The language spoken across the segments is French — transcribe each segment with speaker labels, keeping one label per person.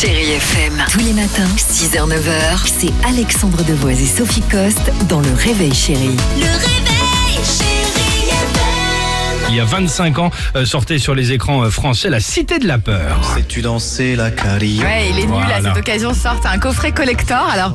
Speaker 1: Chérie FM, tous les matins, 6h-9h, c'est Alexandre Devoise et Sophie Coste dans Le Réveil Chérie.
Speaker 2: Le réveil, chérie FM.
Speaker 3: Il y a 25 ans, euh, sortait sur les écans euh, français La Cité de la Peur.
Speaker 4: Sais-tu danser la carillon
Speaker 5: Ouais, il est nul à
Speaker 3: Voilà.
Speaker 5: cette occasion sortent un coffret collector. Alors,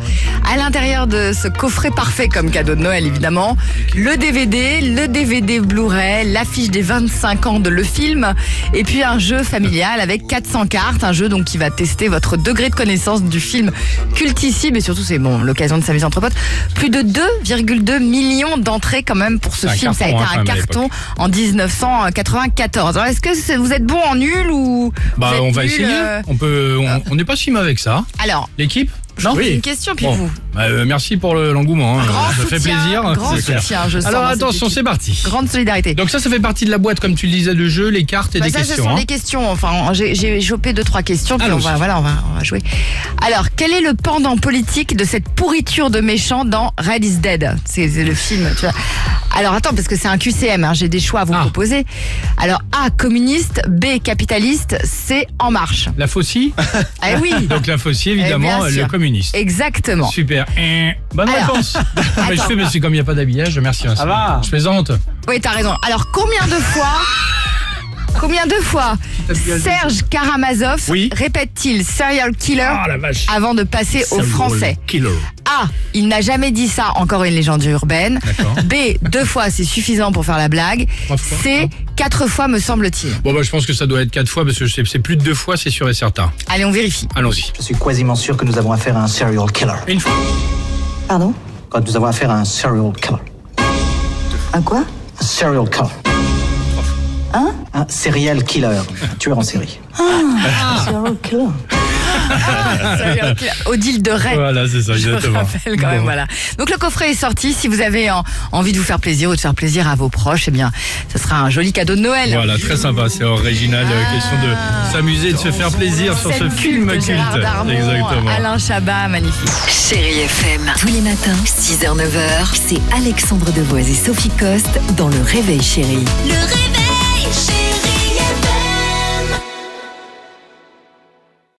Speaker 5: à l'intérieur de ce coffret parfait comme cadeau de Noël évidemment, le DVD, le DVD Blu-ray, l'affiche des 25 ans de le film et puis un jeu familial avec 400 cartes, un jeu donc qui va tester votre degré de connaissance du film cultissime et surtout c'est bon, l'occasion de s'amuser entre potes. Plus de 2,2 millions d'entrées quand même pour ce
Speaker 3: C'est un
Speaker 5: film, ça a été
Speaker 3: carton, hein,
Speaker 5: un
Speaker 3: quand même, à
Speaker 5: carton en 1994. Alors, est-ce que c'est- vous êtes bon en nul ou
Speaker 3: Bah,
Speaker 5: vous êtes
Speaker 3: on va
Speaker 5: nul,
Speaker 3: essayer.
Speaker 5: euh,
Speaker 3: On peut. On on n'est pas si mauvais que ça.
Speaker 5: Alors,
Speaker 3: L'équipe
Speaker 5: je vous pose une question, puis
Speaker 3: Bon.
Speaker 5: vous.
Speaker 3: Bah, euh, merci pour le- l'engouement. hein.
Speaker 5: Grand
Speaker 3: Ça fait
Speaker 5: soutien,
Speaker 3: plaisir.
Speaker 5: Grand
Speaker 3: C'est clair.
Speaker 5: soutien, je sens
Speaker 3: Alors
Speaker 5: dans cette
Speaker 3: attention,
Speaker 5: équipe.
Speaker 3: c'est parti.
Speaker 5: Grande solidarité.
Speaker 3: Donc ça, ça fait partie de la boîte, comme tu le disais, de jeu, les cartes et
Speaker 5: Bah
Speaker 3: des
Speaker 5: ça, ce
Speaker 3: questions.
Speaker 5: sont
Speaker 3: hein.
Speaker 5: des questions. Enfin, j'ai- j'ai chopé deux, trois questions, puis on va,
Speaker 3: Allons-y.
Speaker 5: voilà, on va, on va jouer. Alors, quel est le pendant politique de cette pourriture de méchants dans Red is Dead C'est c'est le film, tu vois. Alors, attends, parce que c'est un QCM, hein, j'ai des choix à vous
Speaker 3: Ah.
Speaker 5: proposer. Alors, A, communiste, B, capitaliste, C, En Marche.
Speaker 3: La faucille.
Speaker 5: Eh oui
Speaker 3: Donc la faucille,
Speaker 5: Eh, bien
Speaker 3: évidemment, euh, le
Speaker 5: sûr.
Speaker 3: communiste.
Speaker 5: Exactement.
Speaker 3: Super. Eh, Bonne
Speaker 5: Alors.
Speaker 3: réponse. mais je fais, mais c'est comme il n'y a pas d'habillage, merci. hein, c'est- Je plaisante.
Speaker 5: Oui, t'as raison. Alors, combien de fois Combien de fois Serge Karamazov
Speaker 3: Oui.
Speaker 5: répète-t-il serial killer
Speaker 3: Ah la vache.
Speaker 5: avant de passer au
Speaker 3: Sale
Speaker 5: français
Speaker 3: drôle. Killer.
Speaker 5: A. Il n'a jamais dit ça, encore une légende urbaine.
Speaker 3: D'accord.
Speaker 5: B. Deux fois, c'est suffisant pour faire la blague.
Speaker 3: Trois fois,
Speaker 5: C.
Speaker 3: non
Speaker 5: Quatre fois, me semble-t-il.
Speaker 3: Bon bah je pense que ça doit être quatre fois parce que c'est c'est plus de deux fois, c'est sûr et certain.
Speaker 5: Allez, on vérifie.
Speaker 3: Allons-y.
Speaker 6: Je suis quasiment sûr que nous avons affaire à un serial killer.
Speaker 3: Une fois.
Speaker 7: Pardon
Speaker 6: Quand nous avons affaire à un serial killer.
Speaker 7: Un quoi
Speaker 6: Un serial killer. Hein Un serial killer. Tueur en série.
Speaker 7: Serial killer.
Speaker 5: Odile de Ray.
Speaker 3: Voilà, c'est ça,
Speaker 5: Je
Speaker 3: exactement.
Speaker 5: rappelle quand même,
Speaker 3: Bon.
Speaker 5: voilà. Donc le coffret est sorti. Si vous avez en- envie de vous faire plaisir ou de faire plaisir à vos proches, eh bien, ce sera un joli cadeau de Noël.
Speaker 3: Voilà, très sympa, c'est original. euh,
Speaker 5: Ah.
Speaker 3: question de s'amuser, de se faire plaisir sur ce
Speaker 5: Scène
Speaker 3: film
Speaker 5: de
Speaker 3: culte.
Speaker 5: Gérard Darmon,
Speaker 3: Exactement.
Speaker 5: Alain Chabat, magnifique.
Speaker 1: Chérie FM, tous les matins, 6h-9h, c'est Alexandre Devoise et Sophie Coste dans Le Réveil Chérie.
Speaker 2: Le réveil.